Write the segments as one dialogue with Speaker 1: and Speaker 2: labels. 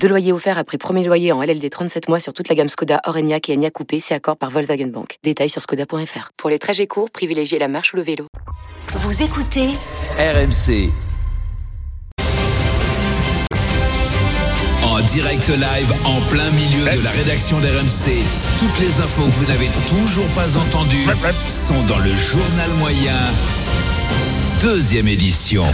Speaker 1: Deux loyers offerts après premier loyer en LLD 37 mois sur toute la gamme Skoda, Orenia et Enya Coupé, si accord par Volkswagen Bank. Détails sur skoda.fr. Pour les trajets courts, privilégiez la marche ou le vélo.
Speaker 2: Vous écoutez
Speaker 3: RMC. En direct live, en plein milieu de la rédaction d'RMC, toutes les infos que vous n'avez toujours pas entendues sont dans le journal moyen, deuxième édition.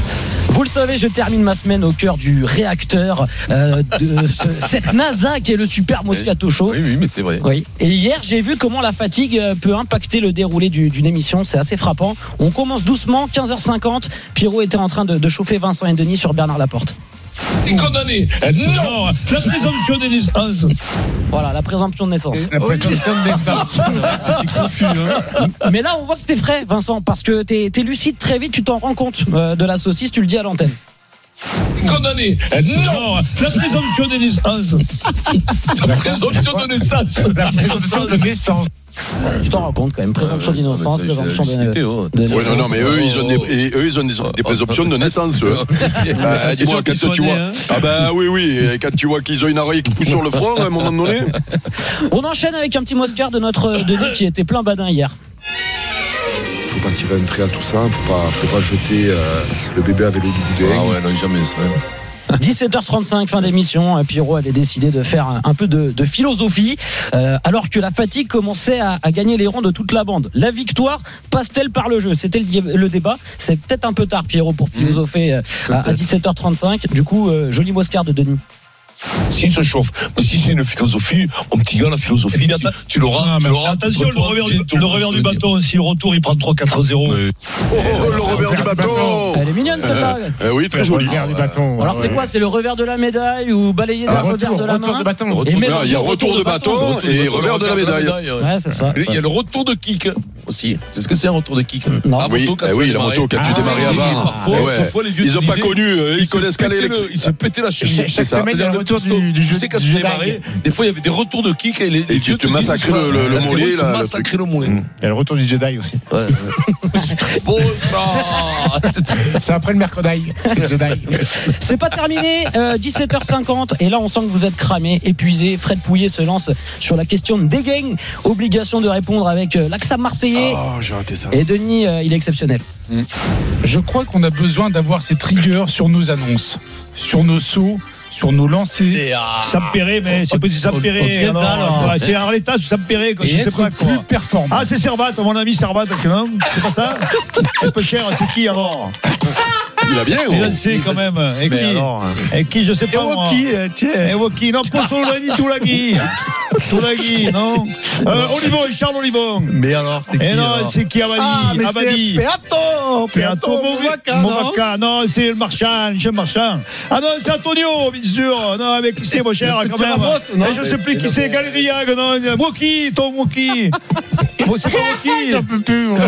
Speaker 4: Vous le savez, je termine ma semaine au cœur du réacteur euh, de ce- cette NASA qui est le super Moscato Show.
Speaker 5: Oui, oui, mais c'est vrai.
Speaker 4: Oui. Et hier, j'ai vu comment la fatigue euh, peut impacter le déroulé du- d'une émission. C'est assez frappant. On commence doucement, 15h50. Pierrot était en train de, de chauffer Vincent et Denis sur Bernard Laporte.
Speaker 6: est condamné. Non, la présomption des naissances.
Speaker 4: Voilà, la présomption de naissance.
Speaker 7: La présomption de naissance. C'était confus, hein.
Speaker 4: Mais là, on voit que t'es frais, Vincent, parce que t'es t'es lucide très vite. Tu t'en rends compte euh, de la saucisse. Tu le dis à l'antenne.
Speaker 6: Condamné. Euh, Non,
Speaker 8: hein.
Speaker 6: la présomption des naissances. La présomption de naissance.
Speaker 7: La présomption de naissance.
Speaker 4: Tu t'en rends compte quand même. Présomption d'innocence, présomption de. de-
Speaker 5: oh. Ouais,
Speaker 4: Ouais,
Speaker 8: Ouais, non, non, mais eux, ils ont des,
Speaker 5: Oh,
Speaker 8: et eux, ils ont des,
Speaker 5: Ah,
Speaker 8: des présomptions de naissance. eux. Ah, Dis-moi,
Speaker 7: sûr qu'ils
Speaker 8: quand
Speaker 7: sont
Speaker 8: tu
Speaker 7: nés,
Speaker 8: vois.
Speaker 7: hein.
Speaker 8: Ah, bah oui, oui, et quand tu vois qu'ils ont une oreille qui pousse sur le front, à un moment donné. oh,
Speaker 4: On enchaîne avec un petit Moscar de notre euh, Denis qui était plein badin hier.
Speaker 9: faut pas tirer un trait à tout ça, faut pas, faut pas jeter euh, le bébé avec l'eau du boudin.
Speaker 5: Ah ouais, non, jamais ça.
Speaker 4: 17h35, fin d'émission. Euh, Pierrot avait décidé de faire un- un peu de, de philosophie, euh, alors que la fatigue commençait à, à gagner les rangs de toute la bande. La victoire passe-t-elle par le jeu C'était le, di- le débat. C'est peut-être un peu tard, Pierrot,
Speaker 8: Mmh.
Speaker 4: pour philosopher euh, à, à 17h35. Du coup, euh, joli Moscar de Denis.
Speaker 6: Si se chauffe, mais si c'est une philosophie, mon petit gars, la philosophie, tu l'auras. tu l'auras,
Speaker 10: Attention,
Speaker 6: tu
Speaker 10: le
Speaker 6: l'auras
Speaker 10: revers, du,
Speaker 6: bientôt,
Speaker 10: le revers
Speaker 6: je
Speaker 10: du
Speaker 6: veux dire.
Speaker 10: bâton, si le retour il prend 3-4-0.
Speaker 6: Ouais.
Speaker 8: Oh, oh, le revers du bâton
Speaker 4: Elle est mignonne, celle-là.
Speaker 8: Eh Oui, très joli.
Speaker 7: Revers du bâton.
Speaker 4: Alors, c'est quoi C'est le revers de la médaille ou balayer d'un
Speaker 7: Ah,
Speaker 4: revers
Speaker 7: Retour
Speaker 4: de la
Speaker 7: retour
Speaker 4: main
Speaker 7: de bâton.
Speaker 4: Et
Speaker 8: Il y
Speaker 4: mélanger
Speaker 8: a retour de bâton et revers de la médaille.
Speaker 4: Ouais, c'est ça.
Speaker 6: Il y a le retour de kick aussi. C'est ce que c'est un retour de kick.
Speaker 4: Non.
Speaker 6: Ah,
Speaker 8: Oui,
Speaker 6: retour quand
Speaker 8: eh
Speaker 6: tu
Speaker 8: oui,
Speaker 6: as
Speaker 8: le retour quand tu
Speaker 7: Ah,
Speaker 8: démarrais
Speaker 7: oui,
Speaker 8: avant.
Speaker 6: parfois,
Speaker 8: Eh ouais.
Speaker 6: parfois, les vieux
Speaker 8: Ils ont pas
Speaker 6: disaient-
Speaker 8: connu, euh,
Speaker 6: Il
Speaker 8: ils
Speaker 6: se
Speaker 8: connaissent qu'à
Speaker 6: pétait
Speaker 8: l'électrique.
Speaker 6: le- il se pétait la
Speaker 7: Cha-
Speaker 6: chemise.
Speaker 7: chaque
Speaker 6: C'est ça.
Speaker 7: semaine, il y a le retour
Speaker 6: pistolet.
Speaker 7: du- du jeu-
Speaker 6: Tu sais, quand
Speaker 7: du
Speaker 6: tu
Speaker 7: jeu
Speaker 6: démarrais,
Speaker 7: d'argue.
Speaker 6: des fois, il y avait des retours de kick et les. les
Speaker 8: tu
Speaker 6: vieux
Speaker 8: te
Speaker 6: te
Speaker 8: massacrais
Speaker 6: disaient,
Speaker 8: le- le- le
Speaker 6: la
Speaker 8: mollet,
Speaker 6: théorie, se
Speaker 8: là, le Mm.
Speaker 6: massacrer le mollet.
Speaker 7: Il y a le retour du Jedi aussi.
Speaker 6: Ouais. Mais c'est très beau, ça.
Speaker 7: C'est après le mercredi. C'est le Jedi.
Speaker 4: C'est pas terminé, euh, 17h50 et là on sent que vous êtes cramé, épuisé. Fred Pouillet se lance sur la question de dégaine, obligation de répondre avec euh, l'accent marseillais.
Speaker 8: Oh, j'ai raté ça.
Speaker 4: Et Denis, euh, il est exceptionnel.
Speaker 10: Je crois qu'on a besoin d'avoir ces triggers sur nos annonces, sur nos sauts, sur nos lancers.
Speaker 6: Ça me plairait, mais c'est pas du
Speaker 10: Oh, oh,
Speaker 6: Sampéré.
Speaker 10: qu'est-ce ça, alors
Speaker 7: euh,
Speaker 6: C'est Arletta sous Sampéré, quoi.
Speaker 10: Et
Speaker 6: Je sais
Speaker 10: être
Speaker 6: pas
Speaker 10: plus
Speaker 6: quoi.
Speaker 10: performant.
Speaker 6: Ah, c'est Servat, mon ami Servat, non C'est pas ça Un peu cher, c'est qui alors
Speaker 8: Il a bien,
Speaker 6: Et
Speaker 8: oh.
Speaker 6: là, c'est quand même. Et qui Et qui, je sais pas. moi.
Speaker 10: euh,
Speaker 6: Et Woki, non, pas Solani, Soulagui. Soulagui, non euh, Olivon, Charles Ah, Olivon.
Speaker 10: Mais alors, c'est
Speaker 6: Et non, c'est qui Abadi
Speaker 10: Ah, bah,
Speaker 6: Abadi.
Speaker 10: Peato
Speaker 6: Peato Movaca, non, c'est le marchand, je marchand. Ah non, c'est Antonio, bien sûr. Non, mais qui c'est, mon cher, Ah, quand même. Mais je sais plus qui c'est, euh, Galeriag, non, Woki, ton Woki. Moi, c'est pas Woki.
Speaker 7: J'en peux plus. moi.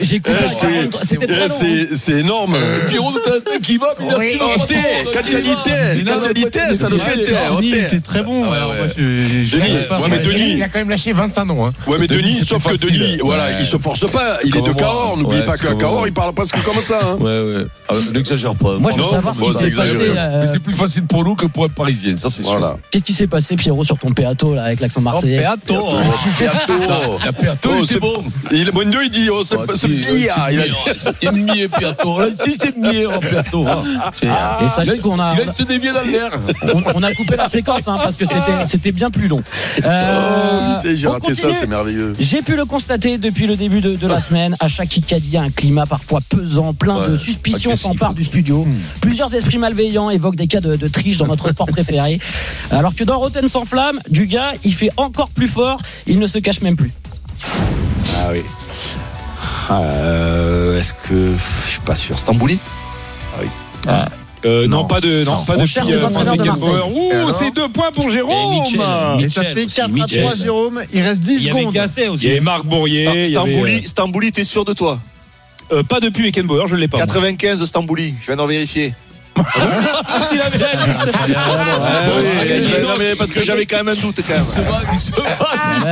Speaker 4: J'écoute.
Speaker 8: Eh, c'est- eh, C'est c'est énorme.
Speaker 5: Euh,
Speaker 6: Pierrot, t'as un truc qui va, mais
Speaker 7: Oui.
Speaker 6: il a
Speaker 8: Oh, t'es, quand il y a du thé, quand il y a du thé, ça le fait thé, oh,
Speaker 10: Denis,
Speaker 8: thé.
Speaker 10: t'es très bon.
Speaker 8: ouais,
Speaker 10: Alors,
Speaker 8: ouais.
Speaker 10: moi, je- je- je-
Speaker 8: Denis,
Speaker 10: j'arrive pas.
Speaker 8: ouais, mais Denis,
Speaker 7: Il a quand même lâché 25 noms. hein.
Speaker 8: Ouais, mais
Speaker 5: Denis,
Speaker 8: Denis,
Speaker 5: c'est
Speaker 8: sauf
Speaker 5: plus
Speaker 8: que
Speaker 5: facile.
Speaker 8: Denis, voilà,
Speaker 5: Ouais.
Speaker 8: il se force pas. Il est de
Speaker 5: comme moi.
Speaker 8: Cahors. N'oubliez
Speaker 5: Ouais,
Speaker 8: pas
Speaker 5: c'est
Speaker 8: qu'à
Speaker 5: comme
Speaker 8: Cahors,
Speaker 5: moi.
Speaker 8: il parle presque comme ça. hein.
Speaker 5: Ouais, ouais. N'exagère pas.
Speaker 4: Moi je veux
Speaker 8: Non,
Speaker 4: savoir ce
Speaker 8: bon,
Speaker 4: qui
Speaker 8: c'est
Speaker 4: s'est passé.
Speaker 8: exagéré.
Speaker 4: euh,
Speaker 5: Mais c'est plus facile pour nous que pour un Parisien, ça c'est sûr.
Speaker 8: Voilà.
Speaker 4: Qu'est-ce qui s'est passé, Pierrot, sur ton péato là avec l'accent marseillais
Speaker 10: Peato.
Speaker 5: Bah,
Speaker 8: Piatto.
Speaker 5: Piatto, il
Speaker 8: Oh,
Speaker 5: était
Speaker 8: c'est-
Speaker 5: bon.
Speaker 8: Il est deux, il dit, oh, c'est
Speaker 5: Ah,
Speaker 8: c'est
Speaker 5: bah, si,
Speaker 8: pire.
Speaker 5: c'est
Speaker 8: Il a dit,
Speaker 5: pire. C'est mieux, Piatto. Là, Si c'est mieux, oh, Piatto.
Speaker 4: Et sachez qu'on a,
Speaker 5: Ah. Il reste des vieux dans l'air.
Speaker 4: on, on a coupé la séquence hein, parce que c'était c'était bien plus long. Euh,
Speaker 8: oh, putain, j'ai
Speaker 4: on
Speaker 8: raté ça,
Speaker 4: continue.
Speaker 8: c'est merveilleux.
Speaker 4: J'ai pu le constater depuis le début de, de la semaine. À chaque Kikadi, un climat parfois pesant, plein de
Speaker 5: Ouais,
Speaker 4: suspicions
Speaker 5: agressif.
Speaker 4: s'empare du studio. Plusieurs esprits malveillants évoquent des cas de, de triche dans notre sport préféré. Alors que dans Rotten sans flamme, du gars, il fait encore plus fort, il ne se cache même plus.
Speaker 8: Ah oui.
Speaker 6: Est-ce que. Je suis pas sûr. Stambouli
Speaker 2: Euh, non. pas de, non, pas
Speaker 4: On
Speaker 2: de
Speaker 4: cherche
Speaker 2: petit,
Speaker 4: les
Speaker 2: euh,
Speaker 4: entraîneurs de
Speaker 2: Beckenbauer.
Speaker 4: Marseille. Oh,
Speaker 2: Ouh,
Speaker 4: Et alors
Speaker 2: c'est deux points pour Jérôme.
Speaker 4: Et Mitchell,
Speaker 11: Et ça fait 4 à 3, Jérôme. Il reste 10
Speaker 2: Il y avait
Speaker 11: secondes.
Speaker 2: Gasset aussi. Il y avait Marc
Speaker 5: Eh,
Speaker 2: Bourrier.
Speaker 12: Stam-
Speaker 2: il y avait,
Speaker 12: Stambouli,
Speaker 2: euh,
Speaker 12: Stambouli, t'es sûr de toi
Speaker 2: euh, Pas depuis Beckenbauer, je ne l'ai pas. moi.
Speaker 12: 95 Stambouli, je viens d'en vérifier.
Speaker 4: Il avait la liste.
Speaker 12: Ah oui, je- non, mais parce que j'avais quand même un doute quand même.
Speaker 5: Ah,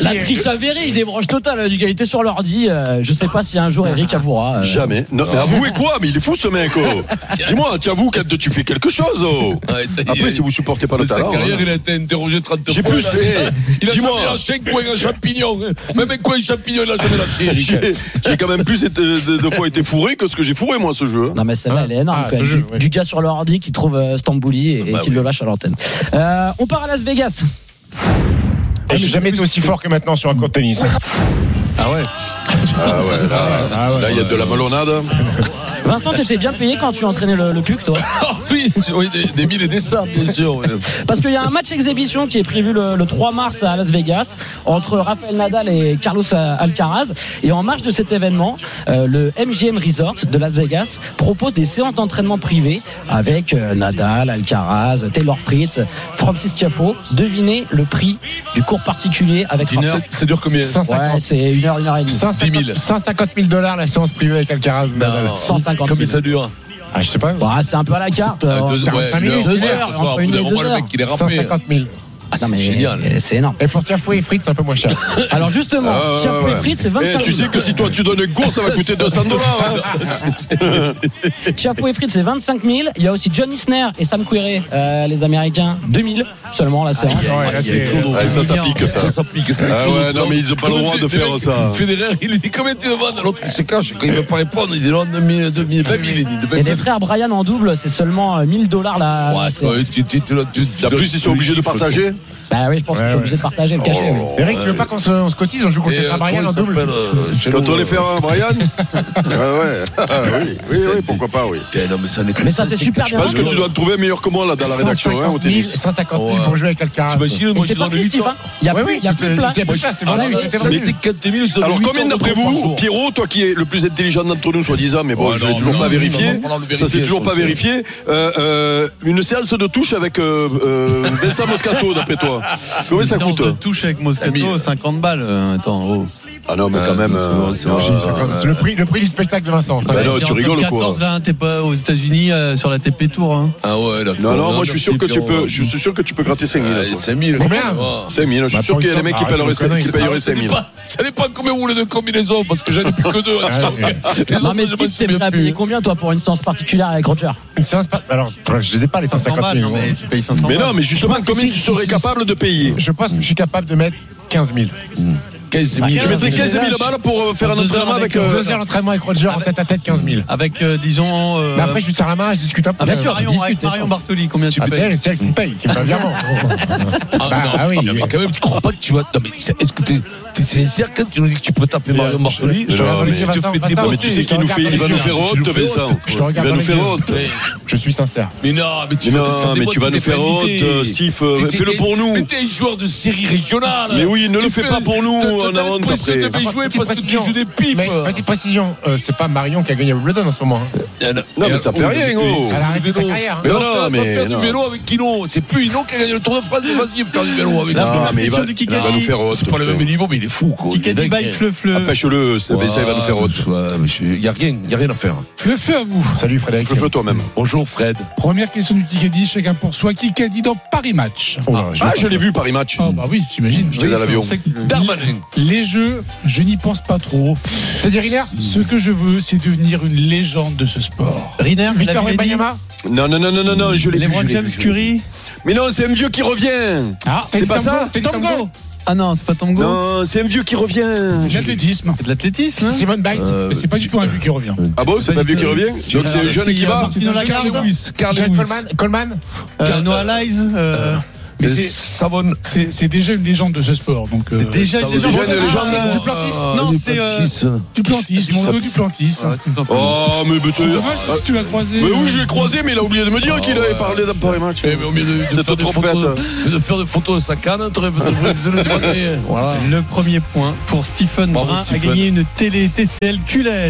Speaker 4: La triche avérée, il débranche total. hein, Du gars, il était sur l'ordi. euh, Je sais pas si un jour Eric avouera. euh,
Speaker 8: Jamais. Non, mais avouez quoi Mais il est fou ce mec. oh. Dis-moi, tu avoues quand tu fais quelque chose. oh. Après, si vous supportez pas le
Speaker 5: Sa
Speaker 8: talent.
Speaker 5: carrière,
Speaker 8: hein.
Speaker 5: il a été interrogé 32
Speaker 8: J'ai
Speaker 5: fois.
Speaker 8: plus
Speaker 5: Il a-
Speaker 8: fait. eh,
Speaker 5: Il a
Speaker 8: Dis-moi.
Speaker 5: jamais lâché que quoi un champignon. hein. Même un coin champignon, il a jamais lâché, Eric.
Speaker 8: J'ai j'ai quand même plus été- de, de fois été fourré que ce que j'ai fourré moi ce jeu. hein.
Speaker 4: Non mais celle-là elle est énorme
Speaker 8: Ah,
Speaker 4: quand même.
Speaker 8: ce
Speaker 4: Du,
Speaker 8: jeu, oui. Bah
Speaker 4: du gars sur l'ordi qui trouve euh, Stambouli et, et qui le lâche à l'antenne. Euh, on part à Las Vegas.
Speaker 7: J'ai jamais été aussi fort que maintenant sur un court de tennis.
Speaker 8: Ah ouais. Ah ouais. Là, là, il y a de la melonade.
Speaker 4: Vincent, t'étais bien payé quand tu entraînais le, le PUC, toi
Speaker 5: Oui, oui, des, des mille et des cents, bien sûr. oui.
Speaker 4: Parce qu'il y a un match exhibition qui est prévu le, le 3 mars à Las Vegas entre Rafael Nadal et Carlos Alcaraz. Et en marge de cet événement, euh, le MGM Resort de Las Vegas propose des séances d'entraînement privées avec euh, Nadal, Alcaraz, Taylor Fritz, Francis Tiafo. Devinez le prix du cours particulier avec
Speaker 5: Ah,
Speaker 7: D'une
Speaker 4: Francis.
Speaker 7: heure, ça dure combien 150.
Speaker 4: Ouais, c'est une heure, une heure et demie.
Speaker 7: 150 150 000 dollars la séance privée avec Alcaraz. Nadal.
Speaker 4: 150 000.
Speaker 5: dure
Speaker 7: Ah, je sais pas.
Speaker 4: Bah, c'est un peu à la carte.
Speaker 7: Euh,
Speaker 4: Alors,
Speaker 7: deux-
Speaker 4: 45
Speaker 7: ouais, une
Speaker 4: minutes,
Speaker 7: heure,
Speaker 4: deux
Speaker 7: ouais,
Speaker 4: heures,
Speaker 7: ce soir,
Speaker 4: entre
Speaker 7: au
Speaker 4: une
Speaker 7: bout
Speaker 4: et
Speaker 7: d'un
Speaker 4: deux
Speaker 7: moment, le
Speaker 4: heures.
Speaker 7: mec, il est râpé. 150 000.
Speaker 4: Ah,
Speaker 7: c'est génial.
Speaker 4: C'est énorme.
Speaker 7: Et pour Tiafo et Fritz, c'est un peu moins cher.
Speaker 4: Alors justement,
Speaker 8: Ah,
Speaker 4: Tiafo
Speaker 8: ouais.
Speaker 4: et Fritz, c'est 25
Speaker 8: Eh, tu sais que si toi tu donnes une course, Oh, ça va coûter 200 dollars. hein.
Speaker 4: Tiafo et Fritz, c'est 25 000. Il y a aussi John Isner et Sam Querrey, euh, les Américains, 2000 seulement la séance.
Speaker 8: Ah, ça, ça pique, ça.
Speaker 5: Ça, ça pique, ça.
Speaker 8: Ah ouais, non, mais ils ont pas le
Speaker 5: Comment
Speaker 8: droit
Speaker 5: tu-
Speaker 8: de
Speaker 5: les
Speaker 8: faire
Speaker 5: mecs,
Speaker 8: ça.
Speaker 5: Federer, il dit combien tu demandes L'autre, il se cache. Quand il veut pas répondre, il dit non, 2000, 2000, 20 000. Il dit
Speaker 4: Et les frères Brian en double, c'est seulement euh, 1000 dollars la, la séance.
Speaker 8: En plus, ils sont obligés de partager.
Speaker 4: Bah oui, je pense qu'ils sont
Speaker 8: ouais.
Speaker 4: obligés de partager le cachet. oui.
Speaker 7: Eric, tu veux pas qu'on se, on se cotise On joue contre
Speaker 5: Oh, Et,
Speaker 7: les
Speaker 5: euh,
Speaker 7: Brian
Speaker 5: comment
Speaker 7: en
Speaker 5: il
Speaker 7: double
Speaker 5: s'appelle, euh, chez
Speaker 8: Quand
Speaker 5: nous,
Speaker 8: on les
Speaker 5: euh,
Speaker 8: fait un, Brian Ah ouais. Ah oui, oui, oui, pourquoi pas, oui.
Speaker 5: non, mais ça,
Speaker 4: Mais ça, c'est super
Speaker 8: Je
Speaker 4: bien.
Speaker 8: pense que tu dois te trouver meilleur que moi là dans la rédaction, hein, au
Speaker 7: 150 000,
Speaker 8: tennis.
Speaker 7: 150
Speaker 11: Oh,
Speaker 7: 000 pour jouer avec Alcaraz.
Speaker 5: T'imagines,
Speaker 4: Et
Speaker 5: moi, je
Speaker 4: c'est
Speaker 5: suis dans le
Speaker 4: parti,
Speaker 5: 8
Speaker 4: Steve. hein. Il y a
Speaker 7: Ouais,
Speaker 4: plus
Speaker 7: oui,
Speaker 4: il y a
Speaker 7: tu
Speaker 4: plus
Speaker 7: te-
Speaker 4: de place.
Speaker 7: c'est plus de place, c'est
Speaker 4: Ah,
Speaker 7: vrai,
Speaker 4: oui,
Speaker 7: oui, c'est
Speaker 4: c'est-
Speaker 7: vrai.
Speaker 8: Mais-
Speaker 5: C'est 4 000, je suis dans le
Speaker 8: Alors
Speaker 5: huit
Speaker 8: combien
Speaker 5: ans,
Speaker 8: d'après
Speaker 5: trois
Speaker 8: vous,
Speaker 5: jours.
Speaker 8: Pierrot, toi qui es le plus intelligent d'entre nous soi-disant, mais bon,
Speaker 5: Ouais,
Speaker 8: je
Speaker 5: non,
Speaker 8: l'ai toujours
Speaker 5: non,
Speaker 8: pas
Speaker 5: non,
Speaker 8: vérifié,
Speaker 5: non, non, non,
Speaker 8: ça c'est
Speaker 5: vérifier,
Speaker 8: toujours
Speaker 5: ça,
Speaker 8: pas
Speaker 5: c'est-
Speaker 8: vérifié, Euh, euh, une séance de touche avec euh, euh, Vincent Moscato d'après toi, combien ça coûte
Speaker 11: de touche avec Moscato, 50 balles. euh, Attends, oh.
Speaker 8: Ah non mais quand même, euh, non,
Speaker 7: J'ai- c'est quoi, c'est le, prix, le prix du spectacle de Vincent. ça
Speaker 8: Bah
Speaker 7: va.
Speaker 8: non, tu
Speaker 11: T'es en
Speaker 8: rigoles ou
Speaker 11: top
Speaker 8: quoi
Speaker 11: 14 là, t'es pas aux États-Unis euh, sur la TP Tour. Hein.
Speaker 5: Ah ouais, d'accord.
Speaker 8: non, non, moi je suis sûr que tu
Speaker 5: Pierrot.
Speaker 8: peux, je suis sûr que tu peux gratter 5 000.
Speaker 5: Allez, 5 000.
Speaker 7: Combien
Speaker 5: ça va.
Speaker 8: 5 000, je suis
Speaker 7: Bah,
Speaker 8: sûr
Speaker 7: pour
Speaker 8: qu'il y a
Speaker 7: une
Speaker 8: des mecs qui
Speaker 7: somme,
Speaker 8: payeraient
Speaker 7: arrête, je
Speaker 5: Ah,
Speaker 8: 5
Speaker 5: ça
Speaker 8: 000.
Speaker 5: dépend- Ça dépend combien vous voulez de combinaisons, parce que j'en ai plus que deux. à stock. Les
Speaker 4: Non,
Speaker 5: autres,
Speaker 4: mais
Speaker 5: je me
Speaker 4: Steve, t'es
Speaker 5: souviens
Speaker 4: prêt à
Speaker 5: plus.
Speaker 4: payer combien, toi, pour une séance particulière avec Roger
Speaker 7: Une séance par- Alors, je les ai pas les
Speaker 11: 500
Speaker 7: 150
Speaker 11: balles,
Speaker 7: 000.
Speaker 11: non, mais tu payes 500
Speaker 8: Mais
Speaker 11: balles.
Speaker 8: non, mais justement,
Speaker 7: Je pense que
Speaker 8: combien
Speaker 7: si-
Speaker 8: tu serais
Speaker 7: si-
Speaker 8: capable de payer
Speaker 7: Je pense que je suis capable de mettre 15 000.
Speaker 5: 15 000.
Speaker 11: Ah,
Speaker 8: Tu mettrais 15 000
Speaker 11: lâche.
Speaker 8: balles pour euh, faire un
Speaker 11: Deux heures
Speaker 8: entraînement
Speaker 11: avec,
Speaker 8: avec. euh,
Speaker 7: Deux heures d'entraînement avec Roger en tête à tête, 15 000.
Speaker 11: Avec, euh, disons. euh,
Speaker 7: Mais après, je lui sers la main, je discute un peu.
Speaker 11: avec Marion,
Speaker 4: discute,
Speaker 11: avec
Speaker 4: bien
Speaker 11: Marion
Speaker 4: sûr.
Speaker 11: Bartoli, combien tu
Speaker 7: Ah, c'est
Speaker 11: payes
Speaker 7: elle, c'est elle qui me paye, qui me fait un virement.
Speaker 5: Ah,
Speaker 7: Bah,
Speaker 5: non,
Speaker 7: ah oui.
Speaker 5: non, mais quand même, tu crois pas que tu vas. Non, mais est-ce que t'es es sincère quand tu nous dis que tu peux taper Mario Martoli
Speaker 7: Je te
Speaker 8: Non,
Speaker 7: regarde
Speaker 8: mais
Speaker 7: les
Speaker 5: tu
Speaker 7: yeux,
Speaker 5: te
Speaker 7: Vincent,
Speaker 5: fais
Speaker 7: Vincent,
Speaker 5: déborder,
Speaker 8: Mais tu sais
Speaker 7: je te
Speaker 8: qu'il nous
Speaker 7: regarde
Speaker 8: fait,
Speaker 7: dans les
Speaker 8: il va
Speaker 7: yeux.
Speaker 8: nous faire
Speaker 5: Tu nous
Speaker 8: honte,
Speaker 5: fais
Speaker 8: Vincent.
Speaker 5: honte.
Speaker 7: Je te
Speaker 8: Il
Speaker 7: regarde
Speaker 8: va
Speaker 7: dans
Speaker 8: nous
Speaker 7: les
Speaker 8: faire
Speaker 7: yeux.
Speaker 8: honte.
Speaker 5: Mais
Speaker 7: Je suis sincère.
Speaker 5: mais non, mais tu
Speaker 8: Mais
Speaker 5: vas te faire
Speaker 8: non, mais
Speaker 5: déborder,
Speaker 8: tu vas nous
Speaker 5: t'es
Speaker 8: faire
Speaker 5: pas
Speaker 8: honte,
Speaker 5: invité.
Speaker 8: euh, Sif. euh,
Speaker 5: T'es- t'es-
Speaker 8: Fais-le pour nous.
Speaker 5: Mais t'es un joueur de série régionale.
Speaker 8: Mais oui, ne
Speaker 5: Tu
Speaker 8: le fais
Speaker 5: fais-
Speaker 8: pas pour nous
Speaker 5: t'as-
Speaker 8: en
Speaker 5: t'as
Speaker 8: avant
Speaker 5: l'impression
Speaker 8: d'après.
Speaker 5: de bien jouer
Speaker 7: Petite
Speaker 5: parce que tu
Speaker 7: précision.
Speaker 5: joues des pipes.
Speaker 7: Mais, petite précision, euh, c'est pas Marion qui a gagné Wimbledon en ce moment. hein.
Speaker 8: Non, mais ça fait rien, gros.
Speaker 7: Elle a arrêté sa
Speaker 5: vélo.
Speaker 7: carrière. hein.
Speaker 8: Mais
Speaker 5: Mais
Speaker 8: non,
Speaker 5: non, faire,
Speaker 8: mais
Speaker 5: faire
Speaker 8: non.
Speaker 5: du vélo avec Kino. C'est plus Hino qui a gagné le Tour de France. Mais vas-y, faire du vélo avec
Speaker 8: Non,
Speaker 5: Kino.
Speaker 8: mais il va,
Speaker 11: du
Speaker 8: il va
Speaker 11: Kikadi.
Speaker 8: nous faire honte.
Speaker 5: C'est pas le même niveau, mais il est fou, quoi.
Speaker 11: Qui a
Speaker 5: Il
Speaker 11: dit
Speaker 5: est dingue.
Speaker 11: bike fleu-fleu
Speaker 8: Pêche-le, ça
Speaker 5: Ouais,
Speaker 8: ça, il va nous faire honte.
Speaker 5: ouais, monsieur, Il n'y a rien, il y a rien à faire.
Speaker 10: Le feu à vous.
Speaker 7: Salut Frédéric.
Speaker 8: Fais-le toi-même.
Speaker 5: Bonjour Fred.
Speaker 10: Première question du Kikadi, chacun pour soi. Kikadi dans Paris Match.
Speaker 7: Oh là, je
Speaker 8: Ah,
Speaker 7: l'ai
Speaker 8: je l'ai vu, Paris Match.
Speaker 10: Ah bah oui, j'imagine.
Speaker 8: J'étais dans l'avion.
Speaker 5: Darmanin.
Speaker 10: Les jeux, je n'y pense pas trop. C'est-à-dire, Hiner
Speaker 8: Hmm.
Speaker 10: Ce que je veux, c'est devenir une légende de ce sport.
Speaker 11: Riner,
Speaker 7: Victor
Speaker 11: Vladimir
Speaker 7: Wembanyama
Speaker 8: Non, non, non, non, non, non, je l'ai vu.
Speaker 11: LeBron
Speaker 8: je l'ai
Speaker 11: James,
Speaker 8: vu, je l'ai vu.
Speaker 11: Curry
Speaker 8: Mais non, c'est un vieux qui revient.
Speaker 10: Ah,
Speaker 8: C'est pas ça
Speaker 10: Teddy Tambo
Speaker 11: Tango Ah non, c'est pas Tango
Speaker 8: Non, c'est un vieux qui
Speaker 10: C'est
Speaker 8: revient.
Speaker 10: de L'athlétisme.
Speaker 11: C'est de l'athlétisme hein
Speaker 7: Simone Biles.
Speaker 5: Euh,
Speaker 10: Mais c'est pas du tout un but qui revient. Euh,
Speaker 8: Ah bon, c'est pas un vieux qui revient Donc c'est un jeune qui va
Speaker 11: Martino
Speaker 5: Carl
Speaker 11: Lagarde
Speaker 5: Lewis. Carl
Speaker 7: John
Speaker 5: Lewis.
Speaker 7: Coleman, Coleman
Speaker 11: euh, Noah Lyles euh,
Speaker 10: Mais
Speaker 5: Mais
Speaker 10: c'est-
Speaker 5: Savon.
Speaker 10: C'est c'est déjà une légende de ce sport. Donc, euh,
Speaker 11: Déjà,
Speaker 8: ça
Speaker 11: c'est
Speaker 8: vaut
Speaker 11: Jean-
Speaker 8: déjà une légende.
Speaker 11: Ah,
Speaker 8: Du
Speaker 11: Duplantis Non, c'est. euh,
Speaker 10: Duplantis, mon dos Duplantis.
Speaker 8: Oh, mais mais
Speaker 10: C'est
Speaker 8: tu-
Speaker 10: dommage parce que tu l'as croisé.
Speaker 8: Mais
Speaker 10: euh,
Speaker 8: oui, je l'ai croisé, mais il a oublié de me dire qu'il avait parlé d'un Paris Match.
Speaker 5: Eh, mais au lieu de, de
Speaker 8: Cette
Speaker 5: faire des
Speaker 8: trompette.
Speaker 5: photos- de faire des photos de sa canne, t'aurais t'aurais dû le demander. Voilà.
Speaker 11: Le premier point pour Stephen
Speaker 5: Bravo,
Speaker 11: Brun a
Speaker 5: Stephen.
Speaker 11: gagné une télé TCL QLED.